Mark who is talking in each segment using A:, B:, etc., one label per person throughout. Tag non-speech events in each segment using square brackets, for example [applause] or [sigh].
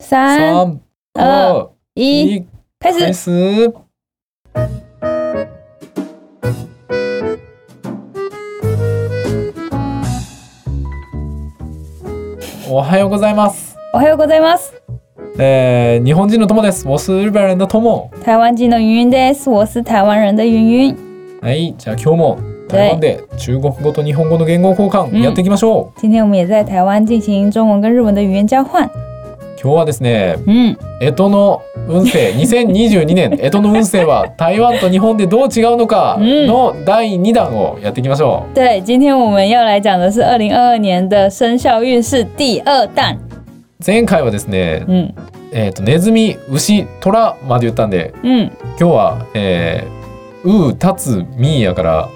A: 三
B: 三、
A: 二
B: 二、
A: 一，
B: 一，
A: 开始
B: 开。始。おはようございます。
A: おはようございます。
B: えー、日本人の友です。我是日本人的友。
A: 台湾人の云云です。我是台湾人的云云。
B: はい、じゃあ今日も台湾で中国語と日本語の言語交
A: うん
B: 換やっていきましょ
A: 今天我们也在台湾进行中文跟日文的语言交换。
B: う。今日はですね、
A: 嗯，
B: 干支の運勢2022年干支の運勢は台湾と日本でどう違うのかの第2弾をやっていきましょう。
A: 对，今天我们要来讲的是二零二二年的生肖运势第二弹。
B: 前回はですね、
A: 嗯
B: えー、とネズミ牛虎まで言ったんで
A: 嗯
B: 今日は、えー、うたつみーやから、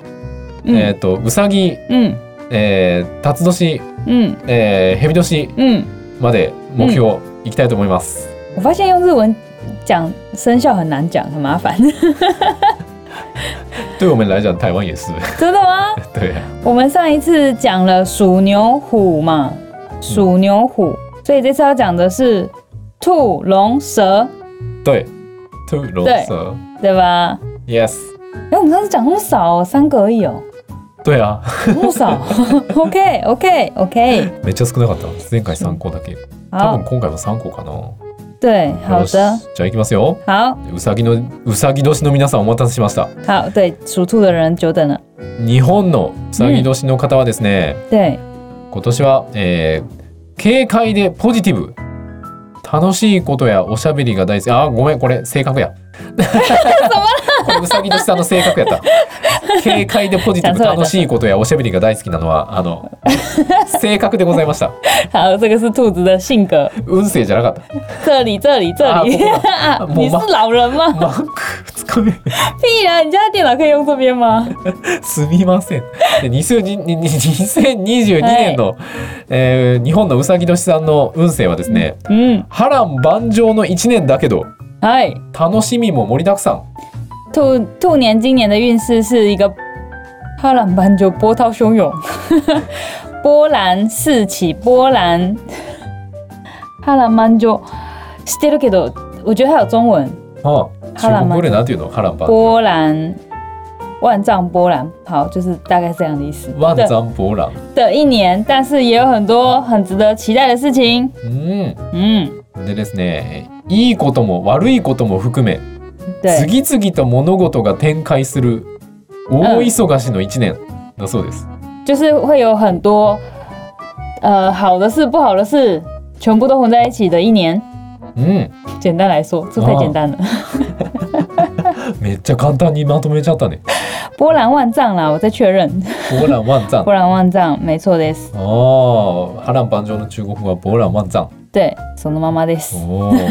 A: 嗯
B: えー、とうさぎ、
A: 嗯
B: えー、たつ年、
A: 嗯
B: えー、蛇年
A: 嗯，
B: まで目標いきたいと思います、
A: 我发现用日文讲生肖很难讲，很麻烦。 [laughs]
B: 对我们来讲台湾 [laughs] 也是
A: 真的吗？
B: 对
A: 我们上一次讲了属牛虎嘛，属牛虎，所以这次要讲的是兔龙蛇，
B: 对兔龙
A: 对
B: 蛇
A: 对吧？
B: yes
A: 哎、我们上次讲那么少、哦，三个而已哦，
B: 对啊
A: 那么少。OK OK OK，
B: めっちゃ少なかった前回3個だけ多
A: 好
B: 分，今回も3個かな
A: 对，好
B: よし
A: 的，
B: じゃあいきますよ
A: 好
B: うさぎのうさぎ年の皆さんお待たせしました
A: 好，对，属兔的人久等了，
B: 日本のうさぎ年の方はですね、
A: 对，
B: 今年は、えー軽快でポジティブ楽しいことやおしゃべりが大好きあーごめんこれ性格やこれうさぎ年さんの性格やった軽快でポジティブ
A: そうだそうだ
B: 楽しいことやおしゃべりが大好きなのはあの性格でございました
A: [laughs] 好，这个是兔子的性格，
B: 運勢じゃなかっ
A: 这里这里这里，
B: 啊不不
A: [laughs] 你是老人
B: た
A: 吗？
B: マックつかめ
A: 屁啊啦，你家的电脑可以用这边吗？
B: すみませんで2020 2022年の、えー日本のうさぎ年さんの運勢はですね
A: 嗯，
B: 波乱万丈の1年だけど
A: 哎。
B: 楽しみも盛りだくさん
A: 兔兔年今年的运势是一个波澜斑鸠，波涛汹涌， [laughs] 波澜四起，波澜波澜斑鸠。してるけど，我觉得它有中文，
B: ああ
A: 波
B: 中
A: 乱
B: 国
A: 万
B: 語
A: 丈
B: でなんていうの波乱万
A: 波澜万丈波澜，好，就是大概是这样的意思。
B: 万
A: 的
B: 丈波乱。
A: 的一年，但是也有很多很值得期待的事情。
B: う
A: 嗯，
B: ん。でですね、いいことも悪いことも含め、
A: 对，
B: 次々と物事が展開する大忙しの一年だそうです。
A: 就是会有很多呃好的事、不好的事，全部都混在一起的一年。
B: うん。
A: 简单来说，这太简单了。
B: めっちゃ簡単にまとめちゃったね。
A: [laughs] 波澜万丈啦，我再确认，
B: 波乱万丈。
A: 波澜万丈，没错です。
B: ああ、波乱万丈の中国語は波乱万丈。
A: 对，そのままです。
B: おお。で、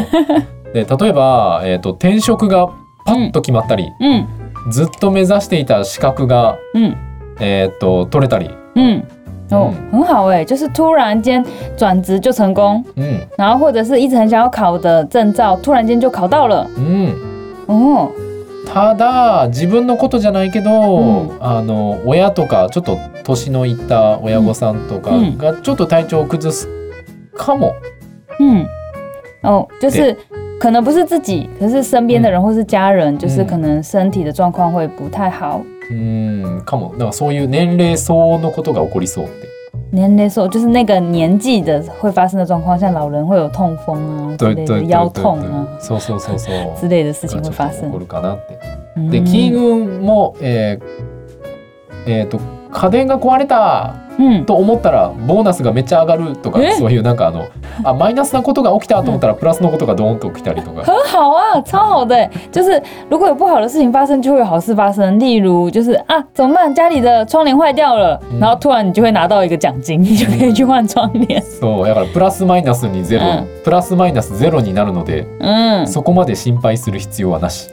B: 例えば、えっ、と転職がパッと決まったり、
A: 嗯
B: ずっと目指していた資格が
A: 嗯
B: えっ、と取れたり、
A: 嗯，哦，
B: 嗯
A: 很好哎、就是突然间转职就成功，
B: うん、
A: 然后或者是一直很想要考的证照，突然间就考到了。
B: うん。
A: 哦，
B: ただ自分のことじゃないけど、
A: う
B: あの親とかちょっと年のいった親御さんとか
A: うん
B: がちょっと体調を崩すかも、
A: 嗯，哦，就是可能不是自己，可是身边的人或是家人，就是可能身体的状况会不太好。
B: うん、かもだからそういう年齢相応のことが起こりそうって
A: 年齢说就是那个年纪的会发生的状况，像老人会有痛风啊之类的腰痛啊
B: そうそうそうそう
A: 之类的事情会
B: がちょ
A: 发
B: っと起
A: 生
B: こ。るかなって。
A: 嗯
B: で金運も、えーえーと家電が壊れた
A: 嗯
B: と思ったらボーナスがめっちゃ上がるとか
A: え
B: そういうなんかあのあマイナスなことが起きたと思ったらプラスのことがドーンと起きたりとか。
A: 很好啊，超好的欸。就是如果有不好的事情发生，就会有好事发生。例如，就是啊，怎么办？家里的窗帘坏掉了，
B: 嗯
A: 然后突然你就会拿到一个奖金， [laughs] 你就可以去换窗帘。
B: そうだからプラスマイナスにゼロ、
A: う
B: プラスマイナスゼロになるので、
A: 嗯，哦
B: そこまで心配する必要はなし。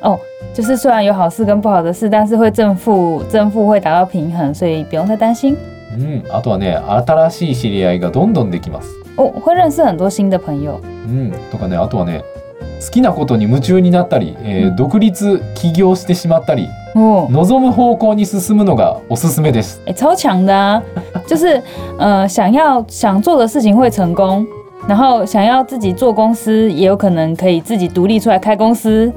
A: 就是虽然有好事跟不好的事，但是会正负正负会达到平衡，所以不用太担心。
B: うん、あとはね新しい知り合いがどんどんできます。
A: 哦，会认识很多新的朋友。
B: うん、とかねあとはね好きなことに夢中になったり、えー
A: うん
B: 独立起業してしまったり
A: 哦，
B: 望む方向に進むのがおすすめ
A: 欸
B: です。
A: 哎、超强的啊！就是呃，想要想做的事情会成功，然后想要自己做公司，也有可能可以自己独立出来开公司，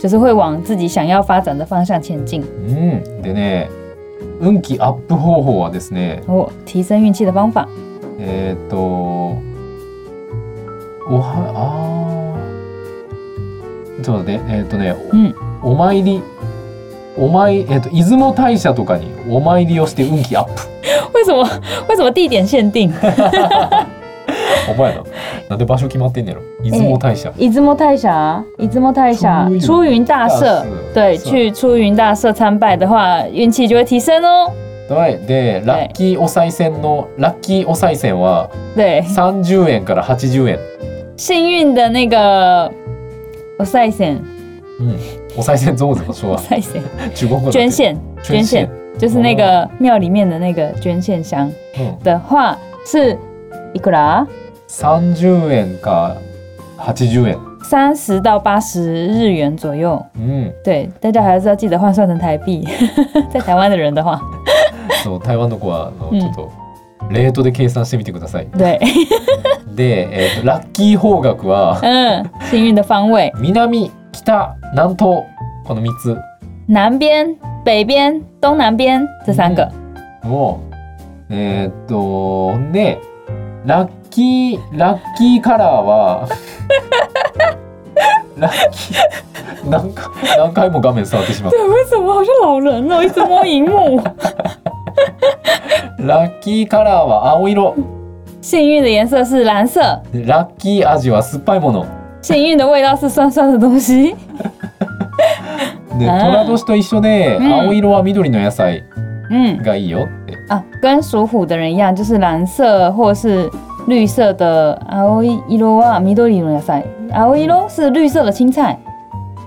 A: 就是会往自己想要发展的方向前进。
B: うん、でね運気アップ方法はですね
A: 哦，提升运气的方法，
B: えーっ、とおはあーちょっと待ってえーっ、とね
A: 嗯，
B: おお参りお参りえーっ、と出雲大社とかにお参りをして運気アッ [laughs] プ
A: 为什么为什么地点限定？
B: お前やななんで場所決まってんねやろ出雲大社、
A: 出雲大社，出雲大社
B: 出
A: 出云
B: 云，
A: 大
B: 大
A: 社
B: 社，
A: 对，
B: 是
A: 去出云大社参拜的话，运气就会提升哦。
B: はいでラッキーお賽銭のラッキーお賽銭は
A: 对，
B: 30円から80円
A: 幸运的那个我赛线，
B: お賽銭ゾーンズの昭
A: 我
B: 和
A: 赛线，
B: 中 [laughs] 国語だけ
A: 捐献，捐
B: 捐
A: 献
B: 献、
A: 就是那个庙里面的那个捐献箱
B: うん、
A: 的话是いくら？
B: 30円か80円
A: 三十到八十日元左右。
B: うん
A: 对，大家还是要记得换算成台币， [laughs] 在台湾的人的话，
B: そう台湾の子はあの
A: うん
B: ちょっとレートで計算してみてください
A: 对， [laughs]
B: で、えーとラッキー方角は
A: 嗯，幸运的方位。
B: 南北南東この3つ
A: 南边、北边、东南边这三个。
B: をえーっとねラッキーラッキーカラーは [laughs] ラッキー何回何回も画面触ってしまう
A: 对，为什么好像老人 [laughs] 哦，一直摸荧幕？
B: ラッキーカラーは青色
A: 幸运的颜色是蓝色，
B: ラッキー味は酸っぱいもの
A: 幸运的味道是酸酸的东西。
B: で
A: あー
B: 虎年と一緒で
A: うん
B: 青色は緑の野菜
A: 嗯
B: がいいよって
A: 啊，跟属虎的人一样，就是蓝色或是绿色的青い色は緑の野菜。青い色是绿色的青菜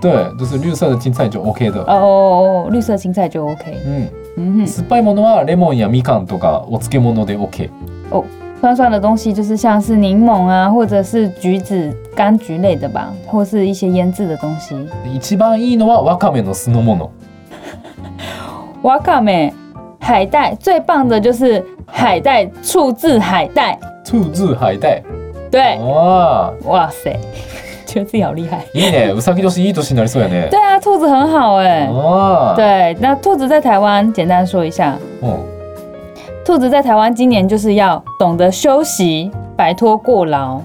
B: 对，就是绿色的青菜就 OK 的。
A: 哦，绿色青菜就 OK。
B: 嗯，
A: 嗯哼，
B: 酸っぱいものはレモンやみかんとかお漬物で OK。
A: 酸酸的东西就是像是柠檬啊，或者是橘子、柑橘类的吧，或是一些腌制的东西。
B: で一番いいのはわかめの酢の物。
A: 瓦卡美海带最棒的就是海带醋渍海带，
B: 兔子海带。
A: 对，
B: ああ、
A: 哇塞， [laughs] 觉得自己好厉害。
B: いいね。うさぎ年いい年になりそうやね
A: 对。啊，兔子很好哎、
B: ああ。
A: 对，那兔子在台湾，简单说一下，
B: うん。
A: 兔子在台湾今年就是要懂得休息，摆脱过劳。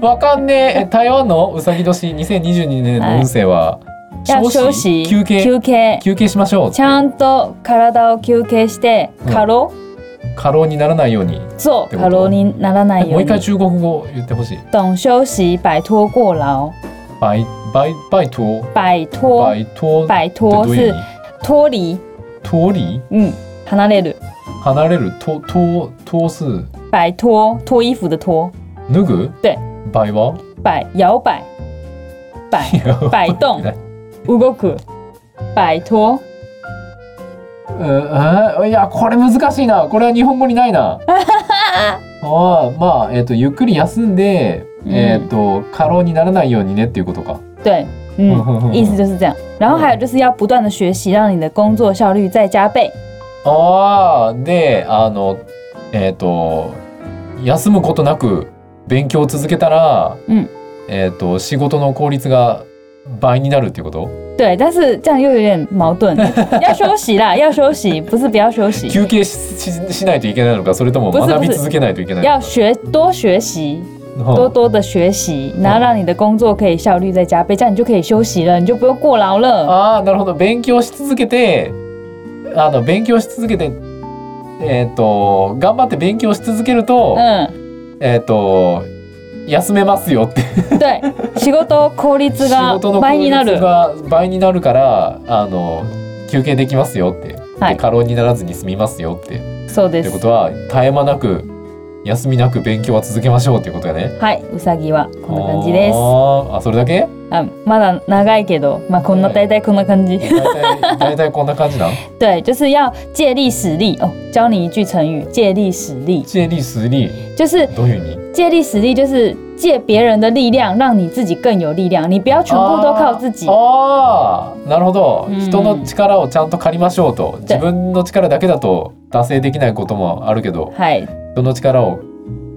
B: わかんねえ。台湾のうさぎ年2022年の運勢は
A: 要休息、
B: 休憩
A: 休憩。
B: 休憩しましょうって
A: ち。ゃんと体を休憩して、
B: うん
A: 過労、
B: 過労にならないように。
A: そう、
B: てこと
A: 過労にならない
B: も
A: よ
B: う
A: う
B: 一回
A: に。
B: 中国語言ってほしい。
A: 懂休息，摆脱过劳，
B: バイバイバイト。
A: 摆脱
B: バイト。
A: 摆
B: って
A: 脱
B: どういう意
A: 是
B: 味？
A: 脱离，
B: 通り
A: 嗯，離れる，
B: 離れるとと通す
A: 摆脱脱衣服的脱，
B: 脱ぐ
A: で
B: 倍
A: [laughs]
B: は
A: 摆摇摆，摆
B: [laughs]
A: 摆动
B: え
A: 動く，摆脱
B: ーいやこれ難しいなこれは日本語にな
A: [laughs]
B: いなあーまあえっ、とゆっくり休んで、
A: うん
B: えっ、と過労にならないようにねっていうことか，
A: 对，嗯意思就是这样。然后还有就是要不断的学习，让你的工作效率再加倍。
B: ああであのえっ、と休むことなく勉強を続けたら、
A: うん
B: えっ、と仕事の効率が倍になるっていうこと
A: 对，但是这样又有点矛
B: [laughs]
A: 盾。要休息啦，要休息，不是不要休息，
B: 休憩しししないといけないのかそれとも
A: 不是
B: 学び
A: 不是
B: 続けないといけないのか
A: 要学多学习，
B: うん
A: 多多的学习，
B: 哦
A: 然后让你的工作可以效率再加倍，这样你就可以休息了，你就不用过劳了。
B: ああなるほど勉強し続けてあの勉強し続けてえっ、と頑張って勉強し続けると、
A: 嗯。
B: えっ、と休めますよって [laughs]
A: 对，仕事効率が倍になる。
B: が倍になるからあの休憩できますよって、
A: は
B: で
A: い
B: 過労にならずに済みますよって
A: そうで
B: ってこ
A: す。
B: とは絶え間なく休みなく勉強は続けましょうっていうことやね。
A: はい、うさぎはこんな感じです。
B: あーあそれだけ
A: あ、まだ長いけど、まあこんな大体こんな感じ。
B: 大体大体こんな感じなん [laughs]
A: 对，就是要借力使力哦。教你一句成语，借力使力，
B: 知恵リスリ
A: 就是
B: どういう意味
A: 借力使力，就是借别人的力量，让你自己更有力量。你不要全部都靠自
B: 哦
A: 己。
B: あーあーなるほど、
A: うん
B: 人の力をちゃんと借りましょうと自分の力だけだと達成できないこともあるけど
A: はい、
B: 人の力を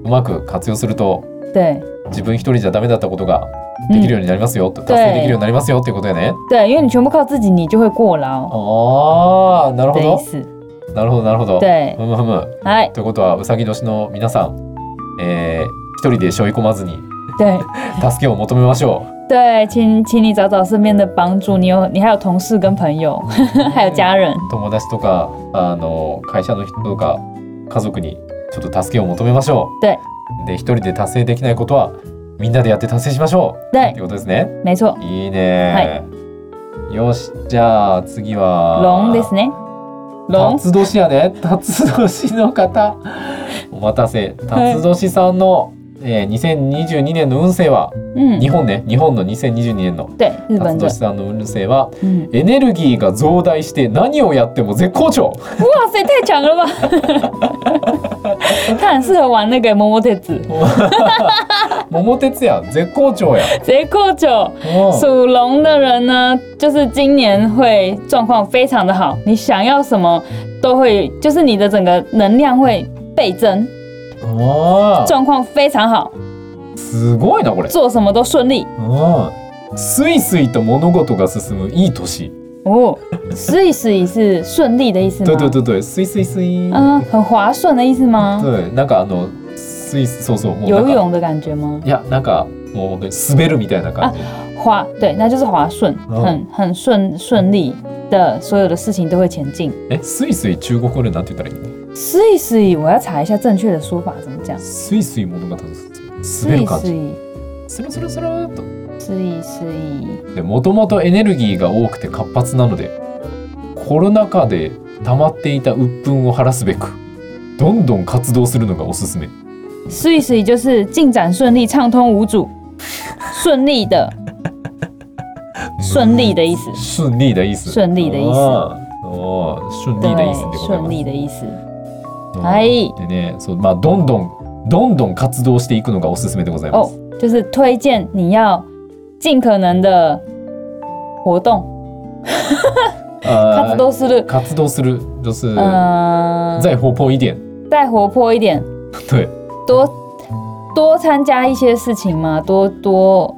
B: うまく活用すると
A: 对嗯
B: 自分一人じゃダメだったことができるようになりますよ、と達成できるようになりますよっていうことやね。
A: 对，因为你全部靠自己，你就会过
B: 哦
A: 劳
B: ああなるほ
A: 的意
B: ど
A: 思。
B: なるほどなるほど。
A: 对
B: ふむふむ。
A: 哎，
B: ということはうさぎ年の皆さん、えー、一人で背負い込まずに
A: 对
B: 助けを求めましょう。
A: 对，请请你找找身边的帮助，你有你还有同事跟朋友， [laughs] 还有家人。
B: 友達とかあの会社の人とか家族にちょっと助けを求めましょう。
A: 对
B: で一人で達成できないことはみんなでやって達成しましょう。
A: 对
B: ということですね。
A: 没错，
B: いいね。よしじゃあ次は
A: 龙ですね。龙
B: 辰年やね。辰年の方。お待たせ。
A: はい
B: 辰年さんの、えー、2022年の運勢は、
A: 嗯
B: 日，本ね。日本の2022年の
A: 对，日
B: 辰
A: 本的
B: 年。さんの運勢は、
A: 嗯，
B: エネルギーが増大して何をやっても絶好調。
A: 哇塞，太强了吧！他很适合玩那个摸摸贴纸，
B: [laughs] 桃鉄や絶好調や。
A: 贼扣九。
B: 哦うん
A: 属龙的人呢，就是今年会状况非常的好，你想要什么都会，就是你的整个能量会倍增，
B: あー
A: 状况非常好，
B: すごいなこれ。
A: 做什么都顺利
B: うんスイスイと物事が進むいい年。
A: 哦。所以所以是顺利的意思吗？
B: 对对对对，スイスイスイ。
A: 嗯，很划算的意思吗？
B: 对、なんかあのスイスそうそうもうな
A: 游
B: んか
A: 泳的感觉吗？
B: いやなんかもう本当に滑るみたいな感じ。
A: 划对，那就是划顺，
B: 哦
A: 很很顺顺利的，所有的事情都会前进。
B: えスイスイ中国語でなんて言ったらいいの？
A: 所以所以我要查一下正确的说法怎么讲。
B: スイスイ物語です
A: 所
B: 滑る
A: 以
B: 感
A: 所
B: じ。
A: 以
B: スルスルスルーっと。
A: 所以所以。
B: でもともとエネルギーが多くて活発なのでコロナ禍で溜まっていた鬱憤を晴らすべくどんどん活動するのがおすすめ。
A: 所以所以就是进展顺利、畅通无阻、顺利的、顺利的意思。
B: 顺利的意思。
A: 顺利的意思
B: あー。おー順利的意思でござい
A: 顺
B: ます
A: 利。的意思。
B: うん
A: はい
B: でね、そうまあどんどんどんどん活動していくのがおすすめでございま
A: 哦
B: す。，
A: 就是推荐你要尽可能的活动，
B: あー
A: 活動する。
B: 活動する就是
A: 嗯、
B: 再活泼一点。
A: 再活泼一点，
B: 对，
A: 多多参加一些事情嘛，多多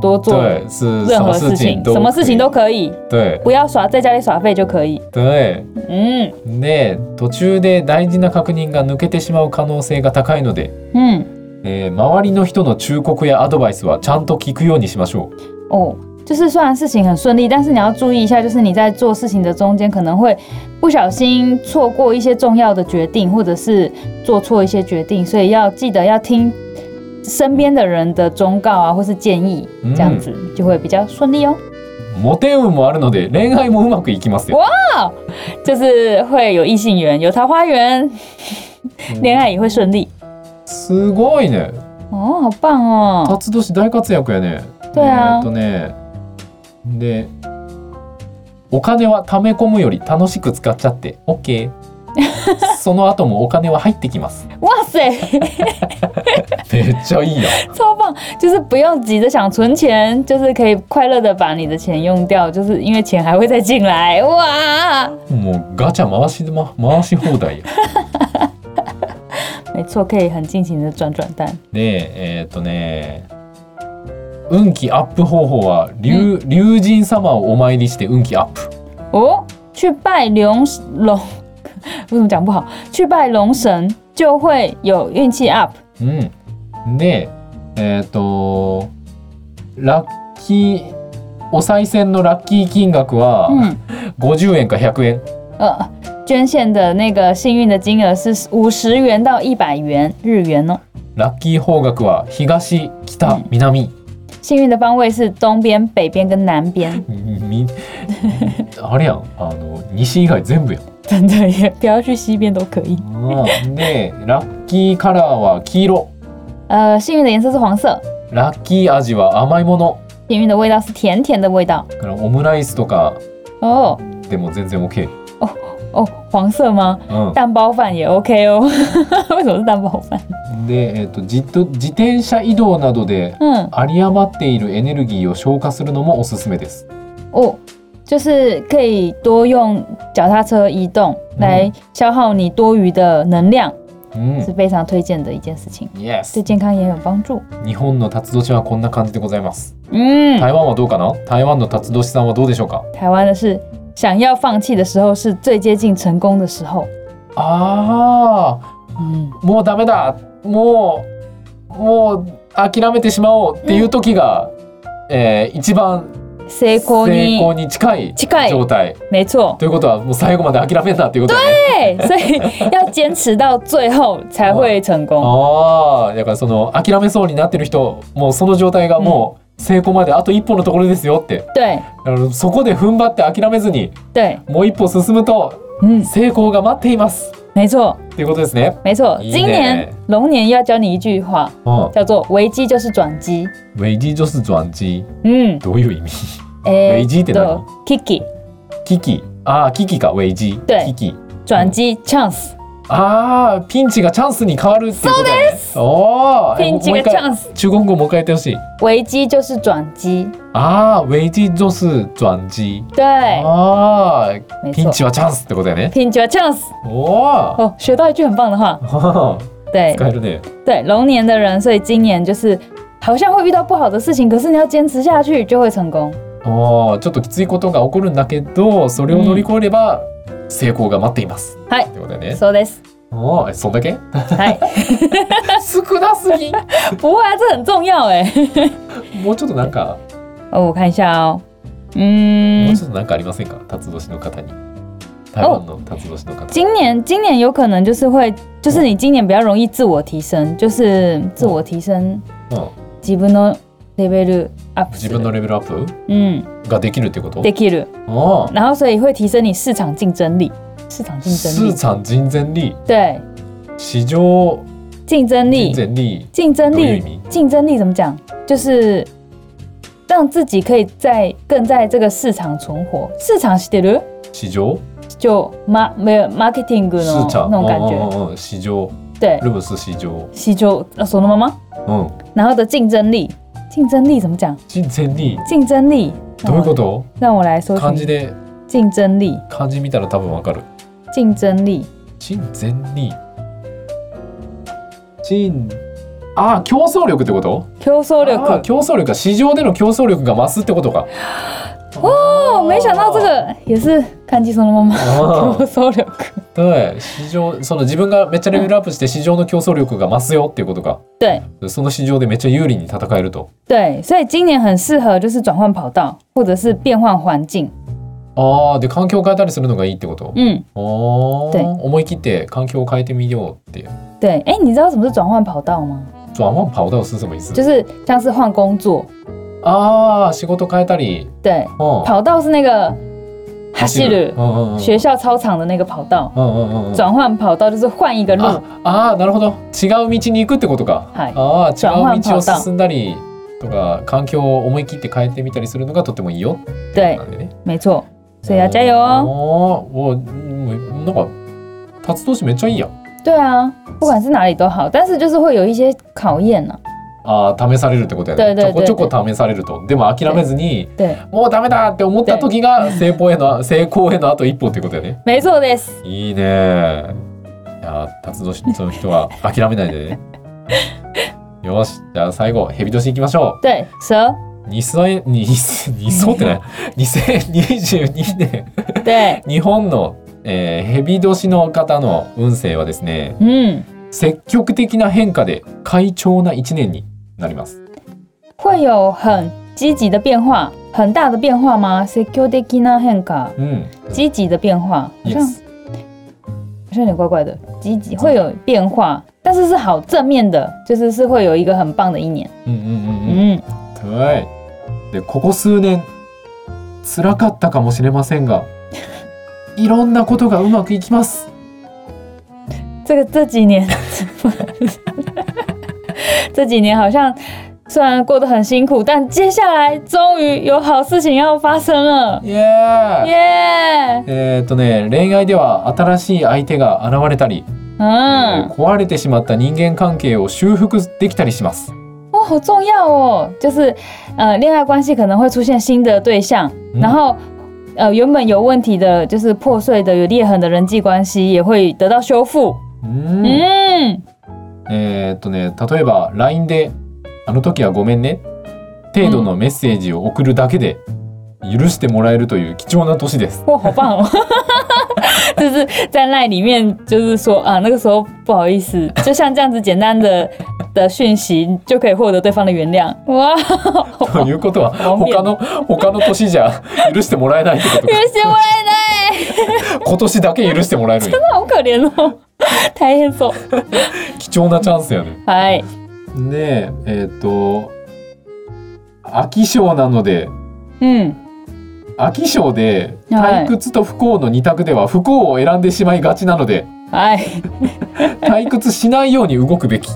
A: 多做
B: 对，是什
A: 任
B: 么
A: 何事
B: 事情
A: 情，
B: 都
A: 什么事情都可以，
B: 对
A: 不要耍在家里耍废就可以。
B: 对。
A: 嗯
B: で途中で大事な確認が抜けてしまう可能性が高いので、
A: 嗯。
B: えー周りの人の忠告やアドバイスはちゃんと聞くようにしましょう。
A: 哦，就是虽然事情很顺利，但是你要注意一下，就是你在做事情的中间可能会不小心错过一些重要的决定，或者是做错一些决定，所以要记得要听身边的人的忠告啊，或是建议，
B: 嗯
A: 这样子就会比较顺利哦。
B: モテ運もあるので恋愛もうまくいきますよ。
A: 就是会有异性缘，有桃花源，
B: 嗯
A: 恋爱也会顺利。
B: すごいね。
A: 哦，好棒哦！
B: 辰年大活躍やね。
A: 对啊
B: えーっとね。で、お金は貯め込むより楽しく使っちゃって、OK。その後もお金は入ってきます。
A: 哇塞，
B: めっちゃいいやん。
A: 超棒！就是不用急着想存钱，就是可以快乐的把你的钱用掉，就是因为钱还会再进来。哇，
B: もうガチャ回しでま回し放題や。
A: 没错，可以很尽情的转转蛋。
B: で、えーっとね。運気アップ方法は竜竜神様をお参りして運気アップ。
A: 哦，去拜龙龙， [laughs] 我怎么讲不好？去拜龙神就会有运气 up。
B: うん。で、えっ、と、ラッキー、お賽銭のラッキー金額は、
A: 嗯，
B: 50円か100円。
A: 呃，捐献的那个幸运的金额是五十元到一百元日元哦。
B: ラッキー方角は東、北、
A: うん [laughs]
B: 南。
A: 幸运的方位是东边、北边跟南边。
B: みあれやん、あの、西以外全部やん。
A: 真的耶，不要去西边都可以。
B: で、ラッキーカラーは黄色。
A: 呃，幸运的颜色是黄色。
B: ラッキー味は甘いもの。
A: 幸运的味道是甜甜的味道
B: だからオムライスとか
A: 哦
B: でも全然 OK。
A: 哦，黄色吗？
B: うん。
A: 蛋包饭也 OK 哦， [laughs] 为什么是蛋包饭？
B: で、えっ、と、じっと、自転車移動などで
A: 嗯，
B: 有り余っているエネルギーを消化するのもおすすめです。
A: 哦，就是可嗯以多用脚踏车移动来消耗你多余的能量，
B: うん
A: 是非常推荐的一件事情，对
B: Yes
A: 健康也有帮助。
B: 日本の辰年はこんな感じでございます
A: 嗯，
B: 台湾はどうかな台湾の辰年さんはどうでしょうか
A: 台湾的是想要放弃的时候是最接近成功的时候。
B: ああ
A: 嗯，
B: もうダメだもうもう諦めてしまおうっていう時が、えー一番
A: 成功
B: 成
A: に
B: 功に近い
A: 近い
B: 状態
A: 没错，
B: ということはもう最後まで諦めんなっていうことだね
A: 对，所以 [laughs] 要坚持到最后才会成功。
B: ああだからその諦めそうになってる人もうその状態がもう成功まであと一歩のところですよって
A: 对
B: あのそこで踏ん張って諦めずに
A: 对，
B: もう一歩進むと
A: 嗯，
B: 成功が待っています
A: 没错
B: っていうことですね。
A: 没错。
B: 一年
A: 今年龙年要教你一句话，
B: うん、
A: 叫做“危机就是转机
B: ウェイジージョスジョアンジ”。
A: 嗯
B: ー，どういう意味？
A: 哎
B: 危机って何
A: Kiki
B: 危機ああ危機かウェイジ
A: 对
B: ー。危機
A: 转机
B: 嗯
A: chance，
B: ああピンチがチャンスに変わるっていうことだよね。おお
A: ピンチがチャンス。
B: 中国語もう一回やってほしい。
A: 危机就是转机。
B: ああウェイジージョスジョアンジ
A: 对，
B: ー。ああ
A: 没
B: ピ
A: 错
B: ン。チはチャンスってことだよね。
A: 拼决 chance
B: お
A: 哦，学到一句很棒的话，
B: お
A: 对
B: 使えるね。
A: 对，龙年的人，所以今年就是好像会遇到不好的事情，可是你要坚持下去就会成功。
B: おおちょっときついことが起こるんだけどそれを乗り越えれば成功が待っています。
A: はい
B: ってことだよね。
A: So this，
B: おおそんだけ
A: 嗨，
B: 少なすぎ
A: 不会啊，这很重要哎。
B: もうちょっとなんか、
A: 哦，我看一下哦，
B: もう
A: 嗯
B: ち，ょっとなんかありませんか辰年の方に台湾の辰年の
A: 今
B: 方、
A: 年今年有可能就是会，就是你今年比较容易自我提升，就是自我提升，
B: うん
A: 自分のレベル up，
B: 自分のレベルアッ
A: 嗯
B: プができるってこと
A: できる，
B: あ
A: 然后所以会提升你市场竞争力，市场
B: あ
A: 竞
B: ス
A: 争力
B: ー，さん人前利
A: 对，
B: 市場
A: 竞争力
B: 人。前利
A: 竞争
B: どういう意
A: 力
B: 味，
A: 竞争力怎么讲？就是让自己可以在更在这个市场存活。市场してる
B: 市場
A: 就 ma 没有 marketing
B: ス
A: の
B: ーちゃん
A: 那种感
B: うん
A: 觉。
B: うんうん市場
A: 对，
B: ルブス市場
A: 西周呃そのまま，
B: うん
A: 然后的竞争力，竞争力怎么讲？
B: 人前利
A: 竞争力。
B: どういう
A: 让我？
B: こと
A: 让我来搜
B: 漢字
A: 寻
B: で
A: 竞争力，
B: 漢字見たら多分わかる
A: 竞争力。
B: 人前利人ああ競争力ってこと
A: 競争力。
B: あー競争力か市場での競争力が増すってことか。
A: 哦，没想到这个也是看机そのまま。競
B: あー。
A: 争力。
B: はい、市場その自分がめっちゃレベルアップして市場の競争力が増すよっていうことか。
A: 对。
B: その市場でめっちゃ有利に戦えると。
A: 对，所以今年很适合就是转换跑道，或者是变换环境。
B: ああ、で環境を変えたりするのがいいってこと。
A: 嗯，
B: お
A: 对
B: ー思い切って環境を変えてみようっていう。
A: 对。哎，你知道什么是转换跑道吗？
B: 转换跑道是什么意思？
A: 就是像是换工作，
B: ああ、仕事変えたり。
A: 对，
B: うん。
A: 跑道是那个哈西鲁
B: うんうんうん。
A: 学校操场的那个跑道，
B: うんうんうんうん。
A: 转换跑道就是换一个路
B: あ。あーなるほど違う道に行くってことか、
A: はい
B: あ
A: じゃあ
B: あ違う道
A: まあ
B: を
A: パターン
B: 進んだりとか環境を思い切って変えてみたりするのがとてもいいよって
A: 对
B: ことな，んでね
A: 没错。所以要加油哦。
B: おーおーもうなんか達投資めっちゃいいやん
A: 对啊，不管是哪里都好，但是就是会有一些考验啊呢、
B: あー試されるってことや
A: 对
B: ね
A: 对对
B: ちょこちょこ試されるとでも諦めずに
A: 对，
B: もうダメだって思った時が成功への成功へのあと一歩ってことやね
A: 没错です。
B: いいねいやー達投資の人は諦めないでねよしじゃあ最後蛇年いきましょう
A: 对， [laughs] 蛇，
B: 二千二千二千ってない二千二十二年
A: 对，
B: 日本の、えー、蛇年の方の運勢はですね
A: 嗯，
B: 積極的な変化で快調な一年になります
A: 会有很积极的变化，很大的变化吗？積極的な変化，
B: うん
A: 积极的变化，好像
B: Yes
A: 好像有点怪怪的，积极会有变化，但是是好正面的，就是是会有一个很棒的一年。
B: うんうんうん
A: 嗯，
B: うんはいでここ数年辛かったかもしれませんがいろんなことがうまくいきます
A: 这个这几年， [laughs] 这几年好像虽然过得很辛苦，但接下来终于有好事情要发生了，
B: イエーイ
A: 耶、
B: えーっとね恋愛では新しい相手が現れたり、えー
A: 嗯，
B: 壊れてしまった人間関係を修復できたりします
A: 哦，好重要哦，就是呃，恋爱关系可能会出现新的对象，
B: 嗯
A: 然后。呃，原本有问题的，就是破碎的、有裂痕的人际关系也会得到修复。嗯う
B: うん
A: ん。
B: えーっとね例えば LINE で「あの時はごめんね」程度のメッセージを送るだけで許してもらえるという貴重な年です。
A: 哇，好棒哦！ [laughs] 就是在赖里面，就是说啊，那个时候不好意思，就像这样子简单的的讯息，就可以获得对方的原谅。 [laughs] 哇，
B: ということは
A: 方便
B: 他の他の年じゃ許してもらえないってこと [laughs]
A: 原
B: か
A: 先我来奶，
B: 今年だけ許してもらえるんや
A: 好可怜哦， [laughs] 太黑手。
B: 貴重なチャンスやね。
A: 嗨，
B: でえーっと飽き性なので
A: 嗯，
B: 飽き性で
A: はい
B: 退屈と不幸の二択では不幸を選んでしまいがちな
A: [laughs]
B: ので
A: 嗨，
B: 退屈しないように動くべき。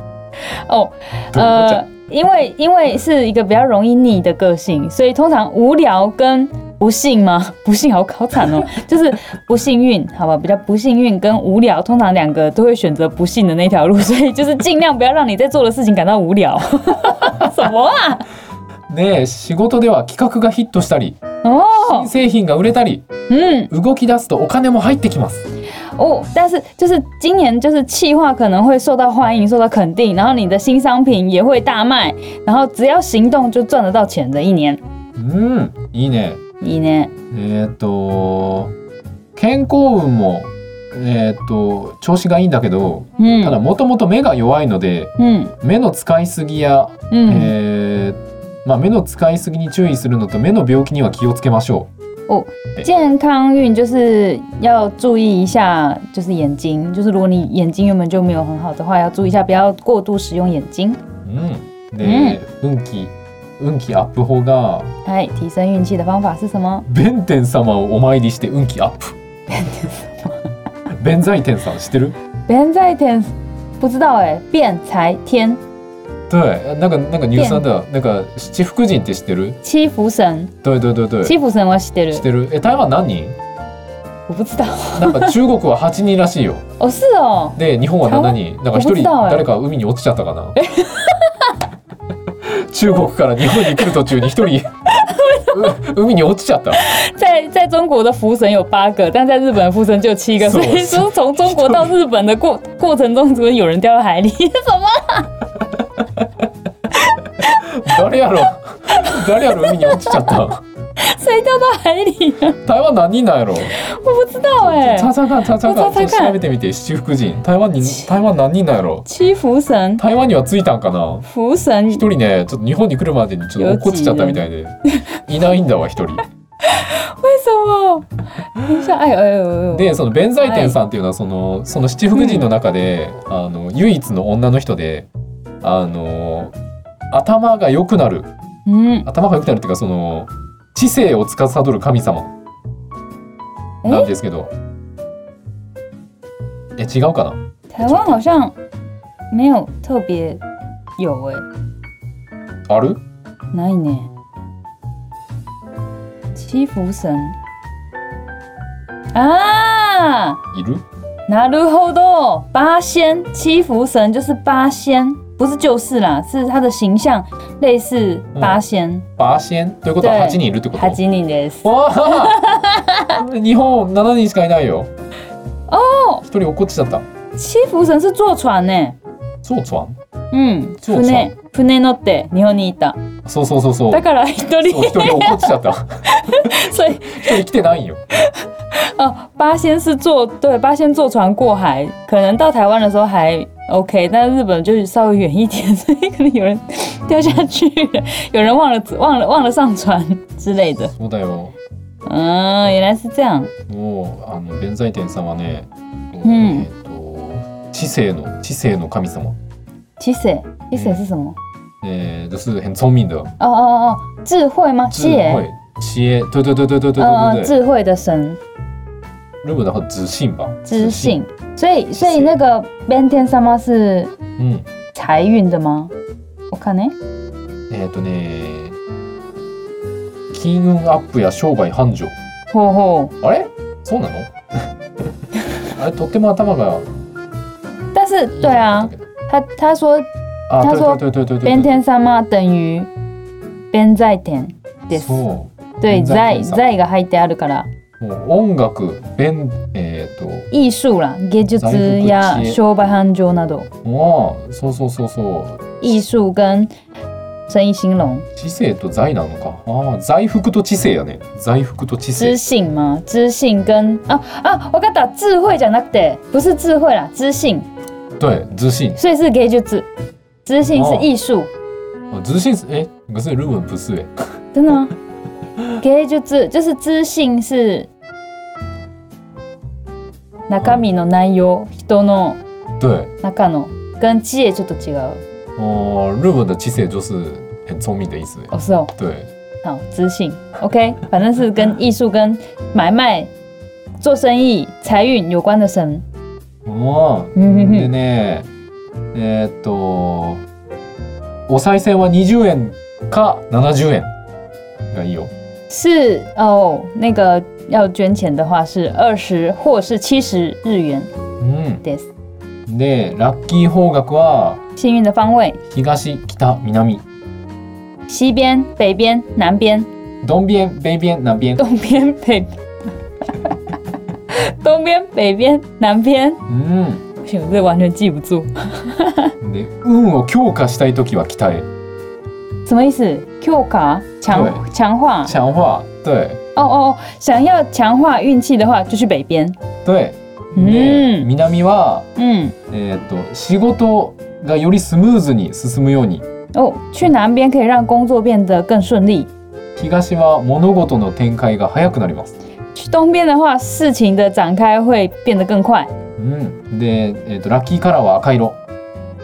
A: 哦，
B: どういうことじゃ
A: 呃，因为因为是一个比较容易腻的个性，所以通常无聊跟不幸吗？ [laughs] 不幸好好惨哦， [laughs] 就是不幸运，好吧，比较不幸运跟无聊，通常两个都会选择不幸的那条路，所以就是尽量不要让你在做的事情感到无聊。 [laughs] 什么啊？
B: で仕事では企画がヒットしたり
A: 哦
B: 新，製品が売れたり
A: 嗯，
B: 動き出すとお金も入ってきます
A: 哦，但是就是今年就是企划可能会受到欢迎、受到肯定，然后你的新商品也会大卖，然后只要行动就赚得到钱的一年，
B: うんいいね
A: 一年，
B: えっ、と健康運もえっ、と調子がいいんだけど
A: 嗯
B: ただもともと目が弱いので
A: 嗯
B: 目の使いすぎや、
A: 嗯。
B: 哎えーまあ、目の使いすぎに注意するのと目の病気には気をつけましょ
A: 健康运就是要注意一下，就是眼睛，就是如果你眼睛原本就没有很好的话，要注意一下，不要过度使用眼睛，
B: う、うん、で、運気運気アップ法が
A: 来哎提升运气的方法是什么？
B: 弁天様をお参りして運気アップ弁財天さん知ってる
A: 弁財天，不知道哎、辩才天，
B: 对，那个那个牛三的那个七福神って知ってる？
A: 七福神，
B: 对对对对，
A: 七福神我知って
B: 知っ
A: る，
B: てる。え、台湾何人？
A: 我不知道， [laughs]
B: なんか中国は八人らしいよ。
A: 哦是哦，
B: で、日本は七人。なん
A: 我
B: か一
A: 不
B: 人
A: 知道哎
B: 誰か海に落ちちゃったかな。中国から日本に来る途中に一人う海に落ちちゃった。
A: 在在中国的福神有八个，但在日本的福神就有七个，
B: 是哦
A: 所
B: 我
A: 以说从中国到日本的过过程中，只会有人掉到海里， [laughs] 什么？
B: 誰やろ？誰やろ海に落ちちゃった。
A: 谁掉到海里了？
B: 台湾何人なんやろ？
A: 我不知道哎、
B: 查查看查查
A: 我
B: 看。
A: 查
B: ちょ
A: 查看
B: っと調べてみて七福神。台湾に台湾何人なんやろ？
A: 七福神。
B: 台湾には着いたんかな？
A: 福神
B: 一人ねちょっと日本に来るまでにちょっと落っこちちゃったみたいでいないんだわ一人
A: 为什么？等一下，哎呦哎呦哎呦！
B: でその弁財天さんっていうのはそのその七福神の中で、あの唯一の女の人であの頭が良くなる
A: 嗯，
B: 頭が良くなるっていうかその知性を司る神様なん
A: 哎，
B: ですけどえ違うかな
A: 台湾好像没有特别有哎、
B: ある
A: 哪一年？七福神啊，
B: いる
A: なるほど，八仙七福神就是八仙，不是就是啦，是他的形象类似八仙。
B: バーシェンということは
A: で
B: 8人いるってこと
A: 哈基尼的斯
B: わあ日本7人しかいないよ一人落っこちちゃった
A: 七福神是坐船呢、
B: そうちゃん
A: 嗯，
B: 坐船
A: 船船乗って日本にいた。
B: そうそうそうそう。
A: だから一人
B: そう一人落っこちちゃった。
A: [laughs] 所以
B: 一人来てないんよ。
A: 哦，八仙是坐对八仙坐船过海，可能到台湾的时候还 OK，但日本就是稍微远一点，所以可能有人掉下去了，有人忘了忘了忘了上船之类的。 [laughs]
B: そうだよ。
A: 嗯，原来是这样。
B: もうあの弁財天さんはね、
A: ん
B: えっと知性の知性の神様。
A: 七色，七色是什么？
B: えー、就是很聪明的
A: 哦哦哦，智慧吗？
B: 智
A: 耶
B: 慧。知恵对对对对对对
A: 嗯，
B: 对
A: 嗯
B: 对对，
A: 智慧的神，
B: 日本的话自信吧，
A: 知性。所以所以那个边天三妈是
B: 嗯，
A: 财运的吗？我看呢，
B: えっ、とね、金運アップや商売繁盛。
A: 吼吼。
B: あれ？そうなの？あれとっても頭が
A: 但是
B: いい
A: 对啊，他他说
B: あ、
A: 他说
B: 对对对对对
A: 边
B: 对
A: 天三妈等于边在天です。
B: そう。
A: 对，
B: 弁財
A: 在
B: 天様
A: 在が入ってあるから。
B: もう音楽、弁、えっ、と、
A: 艺术啦、芸術や
B: 財布知恵
A: 商売繁盛など、
B: もう、そうそうそうそう、
A: 艺术跟生意兴隆、
B: 知性と財なのか。ああ、財福と知性やね。財福と知性
A: 知。性嘛、知性跟あ、あ、わかった、智慧じゃなくて、不是智慧啦、知性，
B: 对，自信。
A: 所以是芸術。知性是艺术，
B: 哦自信是哎，可是日文不是哎。
A: 真
B: [laughs]
A: 的吗？芸術就是知性是中身の内容、人の
B: 对，
A: 中の哦跟知恵ちょっと違う。
B: 哦，日文的知性就是很聪明的意思。
A: 哦，是哦。
B: 对，
A: 好，知性，OK，反 [laughs] 正是跟艺术、跟买卖、做生意、财运有关的神。
B: 哦，
A: うんうんうん
B: でね、えーっと、お賽銭は20円か70円がいいよ。
A: 是哦，那个要捐钱的话是二十或是七十日元
B: う
A: です。
B: ん。で、ラッキー方角は
A: 幸运的方位：
B: 東、北、南。
A: 西边、北边、南边、
B: ドンビエン、ベイビエン、ナビエン。
A: 东边、北 [laughs] 边。东边、北边、南边，
B: う
A: 不行，我这完全记不住，
B: ん。で、運を強化したいときは北へ。
A: 什么意思？Q 卡强
B: 对
A: 强化
B: 强化。对。
A: 哦哦哦，想要强化运气的话，就去北边。
B: 对。
A: う
B: で、
A: ん
B: 南は、
A: 嗯，
B: えーっと、仕事がよりスムーズに進むように。
A: 哦，去南边可以让工作变得更顺利，
B: 東は物事の展開が早くなります。
A: 去东边的话，事情的展开会变得更快。
B: うん、で、えーとラッキーカラーは赤色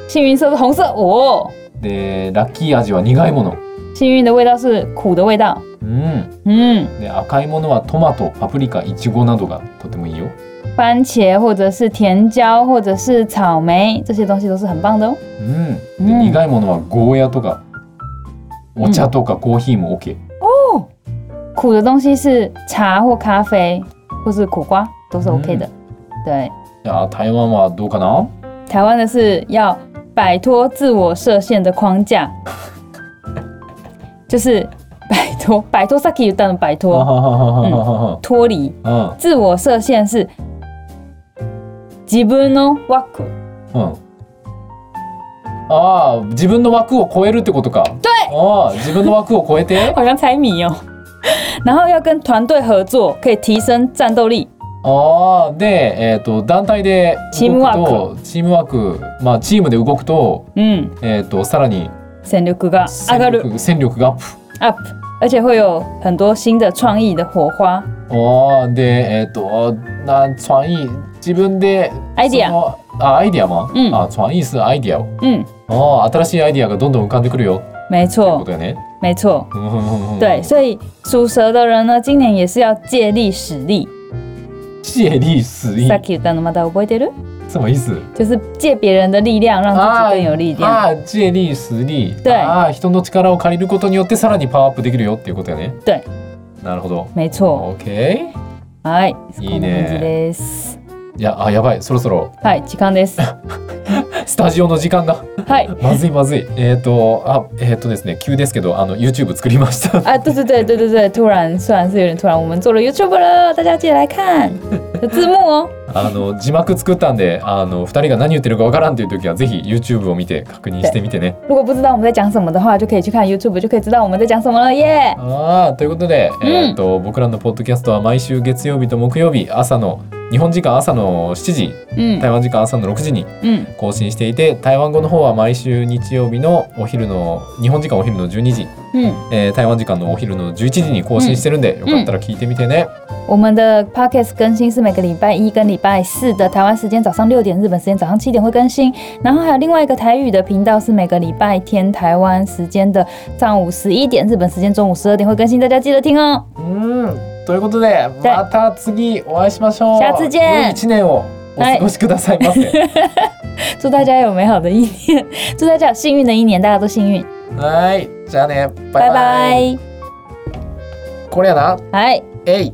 A: 幸运色是红色哦，
B: でラッキー味は苦いもの、
A: 幸运的味道是苦的味道。
B: うん、
A: 嗯，
B: で赤いものはトマトパプリカイチゴなどがとてもいいよ
A: 番茄或者是甜椒或者是草莓，这些东西都是很棒的哦。
B: うんで、
A: うん
B: 苦いものはゴーヤとかお茶とかコーヒーも OK、
A: 苦的东西是茶或咖啡，或是苦瓜，都是 OK 的。对，
B: じゃあ台湾はどうかな
A: 台湾的是要摆脱自我设限的框架，就是摆脱 [laughs] 摆脱 Saki 有当摆脱。
B: 哦
A: 脱离
B: うん
A: 自我设限是自分の枠。
B: うんああ自分の枠を超えるってことかああ自分の枠を超えて
A: 好像猜谜哦。 [laughs] 然后要跟团队合作，可以提升战斗力。
B: ああで、えー、と団体で
A: チームワー
B: 動くとチームワークまあチームで動くと
A: 嗯，
B: えー、とさらに
A: 戦力が上がる
B: 戦力戦力がアッ
A: up，
B: プ
A: 而且会有很多新的创意的火花
B: おーでえっ、とな創意自分で
A: idea
B: そ。のあアイディアマン、
A: うん
B: あ創意すアイディアを
A: 嗯，
B: あー新しいアイディアがどんどん浮かんでくるよ
A: 没
B: って
A: 错
B: ことやね
A: 没错。
B: うんうんうん
A: 对，所以属蛇的人呢，今年也是要借力使力。
B: 知恵リースいい
A: さっき言ったのまた覚えてる？
B: 什么意思
A: 就是借别人的力量，让自己更有力量。
B: あー知恵リースリー
A: 对
B: あー人の力を借りることによってさらにパワーアップできるよっていうことやね
A: 对
B: なるほど
A: 没错。
B: OK
A: はい、
B: い
A: こ
B: いね
A: んな感じです。
B: いやあやばいそろそろ
A: はい、時間
B: [laughs]
A: です。
B: スタジオの時間が
A: はい。
B: まずいまずい。えっ、と、あ、えっ、とですね、急ですけど、あの YouTube 作り
A: [laughs]
B: ました。
A: 啊，对对对对对对，突然虽然是有点突然，我们做了 YouTube 了，大家记得来看，有字幕哦。
B: あの字幕作ったんで、あの二人が何言ってるかわからんという時は、ぜひ YouTube を見て確認してみてね。
A: 如果不知道我们在讲什么的话，就可以去看 YouTube，就可以知道我们在讲什么了耶。
B: ああ、ということで、
A: うん
B: えっ、と、僕らのポッドキャストは毎週月曜日と木曜日朝の日本時間朝の7時、
A: 嗯
B: 台湾時間朝の6時に
A: 嗯
B: 更新していて、台湾語の方は毎週日曜日のお昼の日本時間お昼の12時、
A: 嗯，
B: えー台湾時間のお昼の11時に更新してるんで、よかったら聞いてみてね。
A: 我们的 Podcast 更新是每个礼拜一跟礼拜四的台湾时间早上六点，日本时间早上七点会更新。然后还有另外一个台语的频道是每个礼拜天台湾时间的上午十一点，日本时间中午十二点会更新，大家记得听哦。
B: うん、ということで、
A: 对
B: また次お会いしましょう。
A: 下次见
B: 良い一年をお過ごしくださいませ。
A: 祝大家有美好的一年， [laughs] 祝大家有幸运的一年，大家都幸运，
B: はい、じゃあね、バ
A: 拜
B: イバイ。
A: 拜。
B: これやな、
A: はい。
B: えい。